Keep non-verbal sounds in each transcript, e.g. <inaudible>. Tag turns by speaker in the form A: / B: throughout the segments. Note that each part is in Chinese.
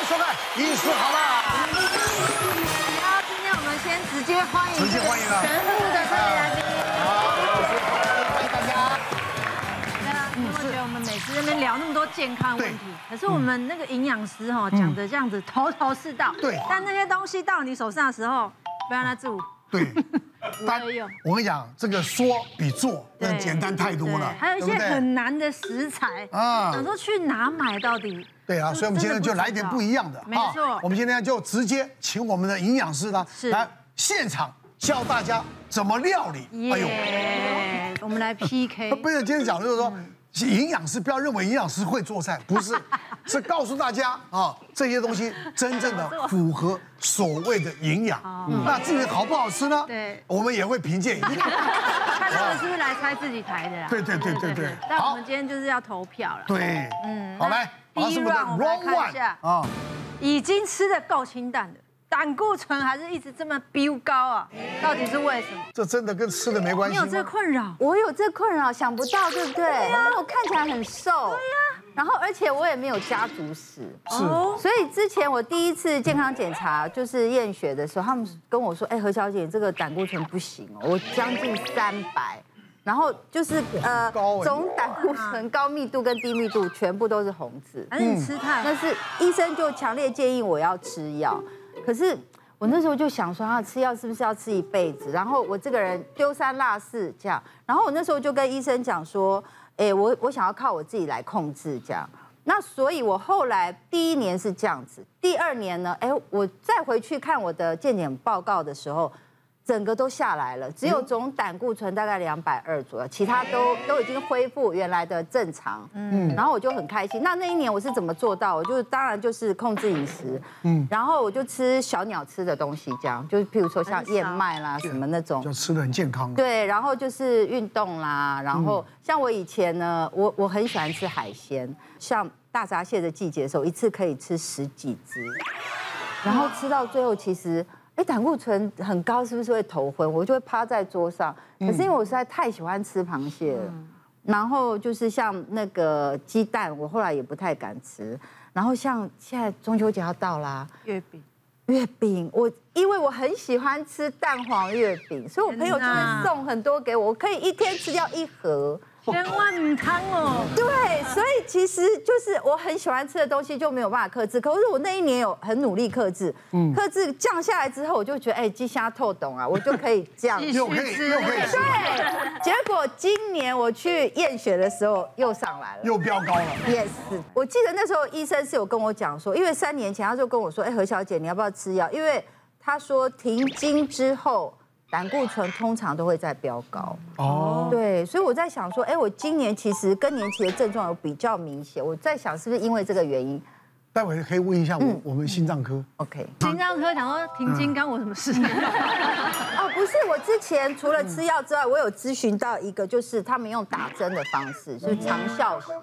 A: 艺术好不好？
B: 好，今天我们先直接欢迎
A: 直接欢迎啊
B: 神父的特别来宾。
A: 欢迎大家。
B: 对啊，因为我觉得我们每次在那边聊那么多健康问题，可是我们那个营养师哈讲的这样子头头是道，
A: 嗯对
B: 但那些东西到你手上的时候，不要让它住。
A: 对，但
B: 也有
A: 我跟你讲，这个说比做那
B: 对
A: 简单太多了
B: 对，还有一
A: 对
B: 些
A: 不对
B: 很难的食材
A: 啊
B: 想说去哪买到底？
A: 对啊，所以我们今天就来一点不一样的
B: 没错
A: 我，们今天就直接请我们的营养师呢
B: 是
A: 来现场教大家怎么料理。哎呦，
B: 耶，我们来 PK
A: 那。不是今天讲的就是说，营养师不要认为营养师会做菜，
B: <laughs>
A: 不是，是告诉大家啊，这些东西真正的符合所谓的营养。嗯那至于好不好吃呢？
B: 哦对
A: 我们也会凭借一
B: <laughs>
A: 下。
B: 他这个是不是来猜自己台的啦？
A: 对对对对对
B: 但
A: 好
B: 我们今天就是要投票了。
A: 对，
B: 嗯
A: 好来，
B: 那
A: 马
B: 第一
A: 师傅的
B: round 我们来
A: round
B: 看一下
A: one 啊，
B: 已经吃的够清淡的，胆固醇还是一直这么飙高啊？到底是为什么？
A: 这真的跟吃的没关
B: 你
A: 系
B: 有
A: 吗。
B: 这个困扰？
C: 我有这困扰，想不到，对不对？然后我看起来很瘦，对呀、然后而且我也没有家族史，
A: 是
B: 哦
C: 所以之前我第一次健康检查就是验血的时候，他们跟我说：“哎，何小姐，这个胆固醇不行哦，我将近三百。”然后就是呃，
A: 高哎
C: 总胆固醇高密度跟低密度全部都是红字。
B: 还是你吃太
C: 但是医生就强烈建议我要吃药，可是我那时候就想说啊，吃药是不是要吃一辈子？然后我这个人丢三落四这样，然后我那时候就跟医生讲说，哎，我我想要靠我自己来控制这样。那所以，我后来第一年是这样子，第二年呢，哎，我再回去看我的健检报告的时候，整个都下来了，只有总胆固醇大概两百二左右，其他都都已经恢复原来的正常。嗯，然后我就很开心。那那一年我是怎么做到？我就当然就是控制饮食，嗯，然后我就吃小鸟吃的东西，这样就是譬如说像燕麦啦什么那种，
A: 就吃的很健康。
C: 对，然后就是运动啦，然后像我以前呢，我我很喜欢吃海鲜，像大闸蟹的季节的时候，一次可以吃十几只，然后吃到最后其实。哎，胆固醇很高，是不是会头昏？我就会趴在桌上。可是因为我实在太喜欢吃螃蟹了，然后就是像那个鸡蛋，我后来也不太敢吃。然后像现在中秋节要到啦，
B: 月饼，
C: 月饼，我因为我很喜欢吃蛋黄月饼，所以我朋友就
B: 天哪
C: 会送很多给我，我可以一天吃掉一盒。
A: 嗯
B: 千万唔汤哦。
C: 对，所以其实就是我很喜欢吃的东西就没有办法克制。可是我那一年有很努力克制，克制降下来之后，我就觉得哎，鸡虾透懂啊，我就可以
B: <laughs>
C: 这样。
B: 继续
A: 又可以
B: 吃
A: 又可以吃
C: 对，结果今年我去验血的时候又上来
A: <laughs>
C: 了。
A: 又飙高了。
C: Yes，我记得那时候医生是有跟我讲说，因为三年前他就跟我说，哎，何小姐，你要不要吃药？因为他说停经之后，胆固醇通常都会再飙高。
A: 哦，
C: 对，所以我在想说，哎，我今年其实更年期的症状有比较明显，我在想是不是因为这个原因
A: 待会可以问一下
B: 嗯
A: 我我们心脏科。
C: ？OK，
B: 心脏科想说停经干我什么事？
A: 嗯
C: 哦，不是，我之前除了吃药之外，我有咨询到一个，就是他们用打针的方式，就是长效型。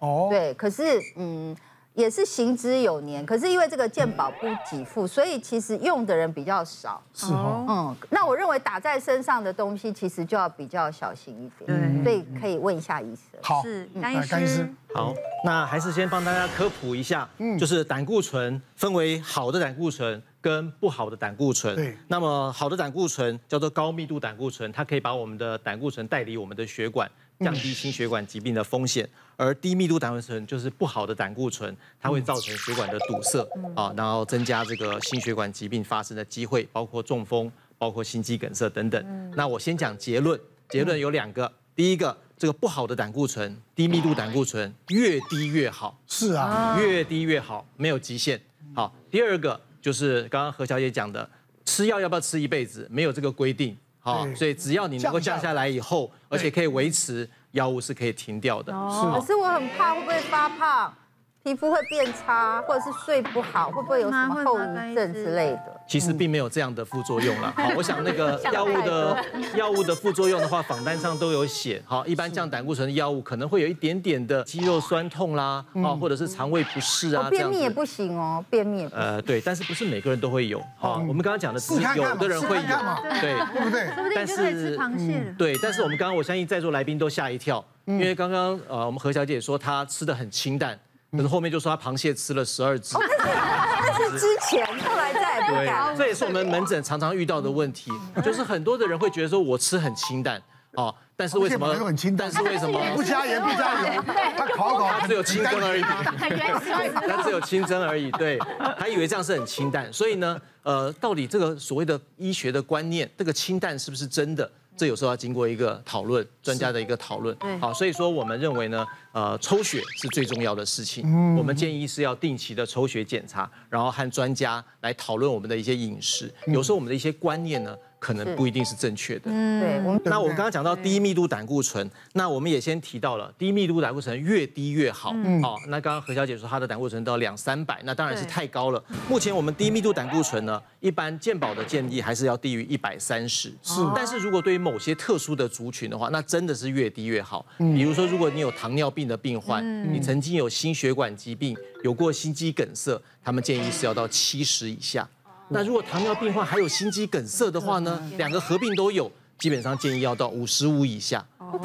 A: 哦，
C: 对，可是嗯，也是行之有年。可是因为这个健保不给付，所以其实用的人比较少。
A: 是哦。
C: 嗯，那我认为打在身上的东西，其实就要比较小心一点。
B: 对
C: 所以可以问一下医生。
A: 好，
B: 是
A: 嗯
B: 干
A: 来干医师
B: 师。
D: 好，那还是先帮大家科普一下，就是胆固醇分为好的胆固醇跟不好的胆固醇。
A: 对
D: 那么好的胆固醇叫做高密度胆固醇，它可以把我们的胆固醇带离我们的血管，降低心血管疾病的风险。而低密度胆固醇就是不好的胆固醇，它会造成血管的堵塞啊，然后增加这个心血管疾病发生的机会，包括中风、包括心肌梗塞等等。那我先讲结论，结论有两个，第一个。这个不好的胆固醇、低密度胆固醇越低越好，
A: 是啊，
D: 越低越好，没有极限。好，第二个就是刚刚何小姐讲的，吃药要不要吃一辈子，没有这个规定。好
A: 对，
D: 所以只要你能够
A: 降
D: 降
A: 下
D: 下来以后，而且可以维持，药物是可以停掉的。
C: 可
A: 是
C: 是我很怕会不会发胖，皮肤会变差，或者是睡不好，会不会有什么后遗症之类的？
D: 其实并没有这样的副作用
A: 哦
D: 啦。好，我想
A: <laughs>
D: 那个药物的药物的副作用的话，访单上都有写。好，一般降胆固醇的药物可能会有一点点的肌肉酸痛啦，
A: 嗯
D: 啊，或者是肠胃不适啊
C: 我，
D: 这
C: 便
D: 样
C: 秘
D: 子
C: 也。不行哦，便秘也不行。
D: 呃，对，但是不是每个人都会有哈、我们刚刚讲的只
A: 嗯试
D: 是
A: 看看嘛
D: 有的人会
A: 试看看嘛
D: 有，对，
A: 对不对？
B: <laughs> 说不定你就可以吃螃蟹 <laughs> 了。
D: 嗯对，但是
A: 嗯
D: 我们刚刚我相信在座来宾都吓一跳，因为刚刚呃我们何小姐说她吃的很清淡，可是后面就说他螃蟹吃了十二
B: 哦
D: 只。
C: 但是之前后来再也不敢
D: 对，。这也是我们门诊常常遇到的问题，
B: 嗯
D: 嗯就是很多的人会觉得说我吃很清淡哦，但是为什
A: 而且本
D: 么
A: 来就很清？淡
D: 但是为
B: <laughs>
D: 什么？
A: 不加盐不加 <laughs> 油，他烤烤
D: 它只有清蒸而已，
E: 原始
D: 它只有清蒸而已。对，他以为这样是很清淡，所以呢，呃，到底这个所谓的医学的观念，这个清淡是不是真的？这有时候要经过一个讨论，专家的一个讨论。好，所以说我们认为呢，呃，抽血是最重要的事情。我们建议是要定期的抽血检查，然后和专家来讨论我们的一些饮食。有时候我们的一些观念呢，可能不一定是嗯正确的。
C: 对，我们
D: 那我们刚刚讲到低密度胆固醇，那我们也先提到了低密度胆固醇越低越好。好，那刚刚何小姐说她的胆固醇到两三百，那当然是
B: 对
D: 太高了。目前我们低密度胆固醇呢，一般健保的建议还是要低于一百三十。是，但是如果对于某些特殊的族群的话，那真的是越低越好。比如说，如果你有糖尿病的病患，你曾经有心血管疾病，有过心肌梗塞，他们建议是要到七十以下。那如果糖尿病患还有心肌梗塞的话呢，两个合并都有，基本上建议要到五十五以下。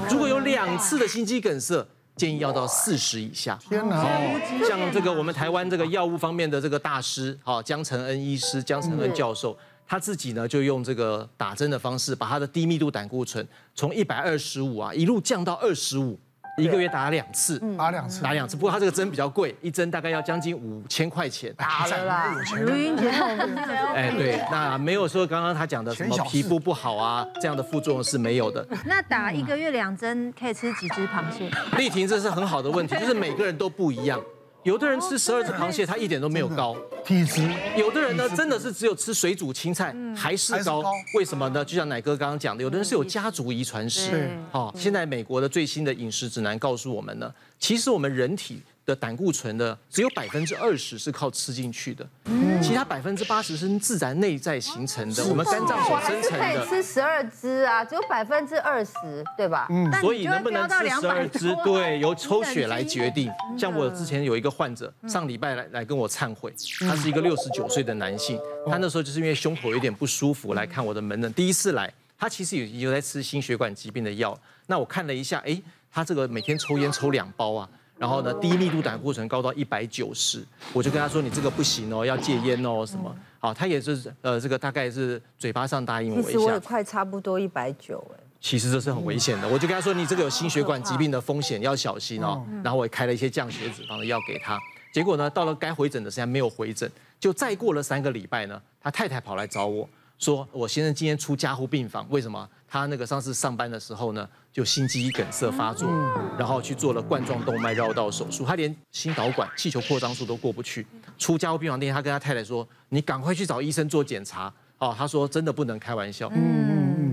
D: 如果有两次的心肌梗塞，建议要到四十以下。
A: 天哪！
D: 像这个我们台湾这个药物方面的这个大师，好江承恩医师、江承恩教授，他自己呢就用这个打针的方式，把他的低密度胆固醇从一百二十五啊一路降到二十五，一个月打两次。
A: 打两次，哎
D: 打两次，不过他这个针比较贵，一针大概要将近五千块钱。
A: 打了啦，有钱
B: 卢
A: 人
B: 云杰，我们这个
D: <laughs> 哎，对，那没有说刚刚他讲的什么皮肤不好啊，这样的副作用是没有的。
B: 那打一个月两针可以吃几只螃
A: <laughs>
B: 蟹？
D: 丽婷，这是很好的问 <laughs> 题，就是每个人都不一样。有的人吃十二只螃蟹，他一点都没有高；
A: 啊体质
D: 有的人呢，真的是只有吃水煮青菜还是
A: 还是
D: 高
A: 高。
D: 为什么呢？就像奶哥刚刚讲的，有的人是有家族遗传史
A: 对。
D: 哦，现在美国的最新的饮食指南告诉我们呢，其实我们人体的胆固醇的只有百分之二十是靠吃进去的，其他百分之八十是自然内在形成的，我们肝脏
C: 哦我
D: 所
C: 还
D: 生
C: 是
D: 成
C: 可以
D: 的。
C: 吃十二只啊，只有百分之二十，对吧？嗯，
B: 但
D: 所
B: 你
D: 以
B: 就会
D: 能不能
B: 飙到
D: 吃
B: 200
D: 十
B: 多
D: 二
B: 啊
D: 只，对，由抽血来决定。
B: 嗯
D: 像我之前有一个患者，上礼拜来来跟我忏悔，他是一个六十九岁的男性，他那时候就是因为胸口有点不舒服来看我的门诊，第一次来，他其实有有在吃心血管疾病的药，那我看了一下，哎，他这个每天抽烟抽两包啊。然后呢，低密度胆固醇高到一百九十，我就跟他说你这个不行哦，要戒烟哦什么。好，他也是呃这个大概是嘴巴上答应我一下，
C: 快差不多一百九哎。
D: 其实这是很危险的。我就跟他说，你这个有心血管疾病的风险，要小心哦。然后我也开了一些降血脂肪的药给他。结果呢，到了该回诊的时间没有回诊，就再过了三个礼拜呢，他太太跑来找我说，我先生今天出加护病房，为什么？他那个上次上班的时候呢，就心肌梗塞发作，然后去做了冠状动脉绕道手术，他连心导管、气球扩张术都过不去。出加护病房那天，他跟他太太说：“你赶快去找医生做检查。”哦，他说真的不能开玩笑。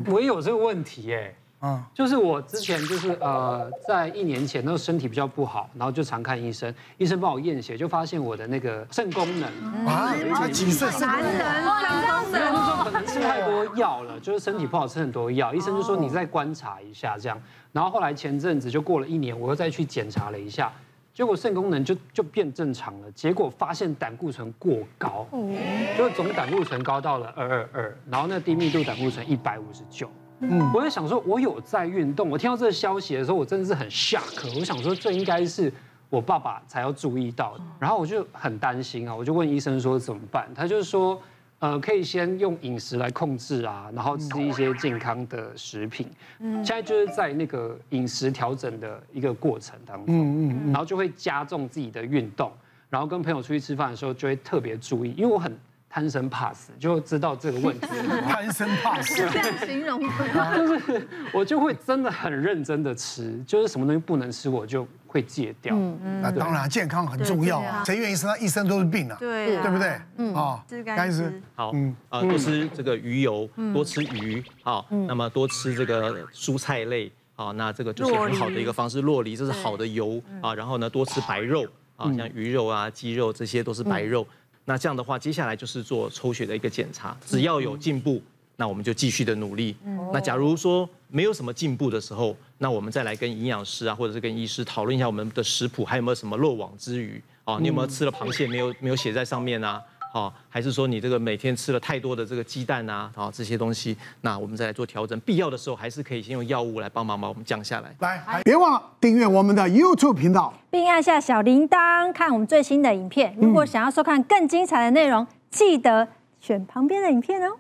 F: 我也有这个问题哎，
A: 嗯
F: 嗯，就是我之前就是呃，在一年前那时候身体比较不好，然后就常看医生，医生帮我验血，就发现我的那个肾功能，
A: 啊，才几岁，
B: 男人三公
F: 那
B: 人，
A: 哦
F: 时候可能吃太多药了，就是身体不好吃很多药，医生就说你再观察一下这样，然后后来前阵子就过了一年，我又再去检查了一下。结果肾功能就就变正常了，结果发现胆固醇过高，就是总胆固醇高到了二二二，然后那低密度胆固醇一百五十九。嗯，我也想说，我有在运动。我听到这个消息的时候，我真的是很 shock。我想说，这应该是我爸爸才要注意到的。然后我就很担心啊，我就问医生说怎么办？他就说，呃，可以先用饮食来控制啊，然后吃一些健康的食品。现在就是在那个饮食调整的一个过程当中，然后就会加重自己的运动，然后跟朋友出去吃饭的时候就会特别注意，因为我很贪生怕死，就知道这个问题。
A: 贪生怕死，
B: 这样形容
F: <laughs> 我就会真的很认真的吃，就是什么东西不能吃，我就会戒掉。
A: 那当然健康很重要嗯啊，谁愿意身上一身都是病啊，
B: 对啊
A: 对不对？啊
B: 是该吃。
D: 好，啊，多吃这个鱼油，多吃鱼，好，那么多吃这个蔬菜类，好，那这个就是很好的一个方式。洛梨这是好的油啊，然后呢，多吃白肉啊，像鱼肉啊、鸡肉这些都是白肉。那这样的话，接下来就是做抽血的一个检查，只要有进步，那我们就继续的努力。那假如说没有什么进步的时候，那我们再来跟营养师啊，或者是跟医师讨论一下我们的食谱还有没有什么漏网之鱼啊？你有没有吃了螃蟹没有没有写在上面啊？哦，还是说你这个每天吃了太多的这个鸡蛋啊，哦这些东西，那我们再来做调整，必要的时候还是可以先用药物来帮忙把我们降下来。
A: 来，别忘了订阅我们的 YouTube 频道。
B: 并按下小铃铛看我们最新的影片。如果想要收看更精彩的内容，记得选旁边的影片哦。